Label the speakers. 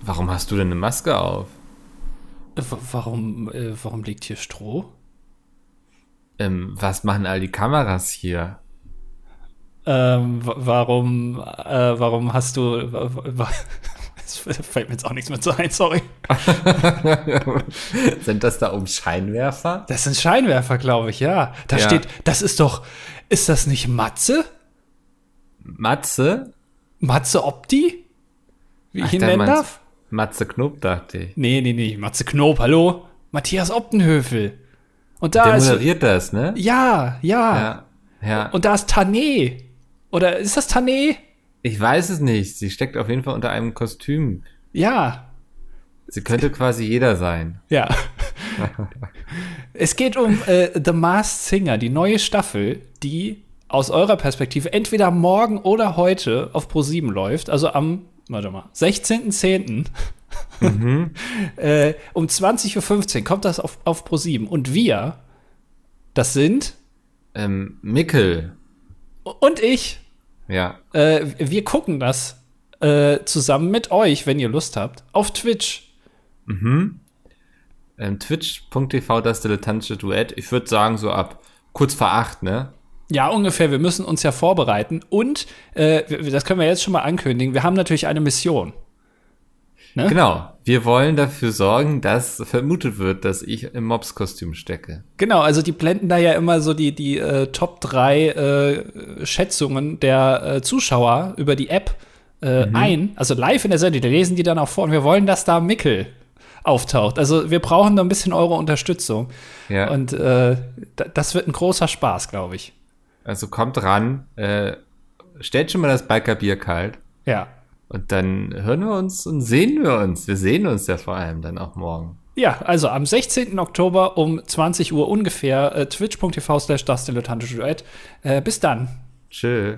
Speaker 1: Warum hast du denn eine Maske auf?
Speaker 2: W warum, äh, warum liegt hier Stroh?
Speaker 1: Ähm, was machen all die Kameras hier?
Speaker 2: Ähm, warum, äh, warum hast du. Es fällt mir jetzt auch nichts mehr zu ein, sorry.
Speaker 1: Sind das da oben Scheinwerfer?
Speaker 2: Das sind Scheinwerfer, glaube ich, ja. Da
Speaker 1: Ja.
Speaker 2: steht, das ist doch. Ist das nicht Matze?
Speaker 1: Matze?
Speaker 2: Matze Opti? Wie ich
Speaker 1: Ach,
Speaker 2: ihn
Speaker 1: da
Speaker 2: nennen
Speaker 1: meinst-
Speaker 2: darf?
Speaker 1: Matze Knob, dachte ich.
Speaker 2: Nee, nee, nee. Matze Knob, hallo? Matthias Optenhöfel. Und da
Speaker 1: Der
Speaker 2: ist.
Speaker 1: moderiert das, ne?
Speaker 2: Ja, ja,
Speaker 1: Ja. ja.
Speaker 2: Und da ist Tané. Oder ist das Tané?
Speaker 1: Ich weiß es nicht. Sie steckt auf jeden Fall unter einem Kostüm.
Speaker 2: Ja,
Speaker 1: Sie könnte quasi jeder sein.
Speaker 2: ja. es geht um äh, The Masked Singer, die neue Staffel, die aus eurer Perspektive entweder morgen oder heute auf Pro7 läuft, also am, warte mal, 16.10. äh, um 20.15 Uhr kommt das auf, auf Pro7. Und wir, das sind,
Speaker 1: Ähm, Mickel.
Speaker 2: und ich,
Speaker 1: Ja.
Speaker 2: äh, wir gucken das äh, zusammen mit euch, wenn ihr Lust habt, auf Twitch.
Speaker 1: Ähm, Twitch.tv, das dilettantische Duett. Ich würde sagen, so ab kurz vor acht, ne?
Speaker 2: Ja, ungefähr. Wir müssen uns ja vorbereiten. Und äh, wir- das können wir jetzt schon mal ankündigen. Wir haben natürlich eine Mission. Ja.
Speaker 1: Genau. Wir wollen dafür sorgen, dass vermutet wird, dass ich im Mobs-Kostüm stecke.
Speaker 2: Genau, also die blenden da ja immer so die, die äh, Top 3 äh, Schätzungen der äh, Zuschauer über die App äh, ein. Also live in der Sendung. Da lesen die dann auch vor. Und wir wollen, dass da Mickel auftaucht. Also wir brauchen da ein bisschen eure Unterstützung.
Speaker 1: Ja.
Speaker 2: Und äh, da- das wird ein großer Spaß, glaube ich.
Speaker 1: also kommt ran, äh, stellt schon mal das Biker-Bier kalt.
Speaker 2: Ja.
Speaker 1: Und dann hören wir uns und sehen wir uns. Wir sehen uns ja vor allem dann auch morgen.
Speaker 2: Ja, also am 16. Oktober um 20 Uhr ungefähr äh, twitch.tv slash das dilettantische Duett. Äh, bis dann.
Speaker 1: Tschö.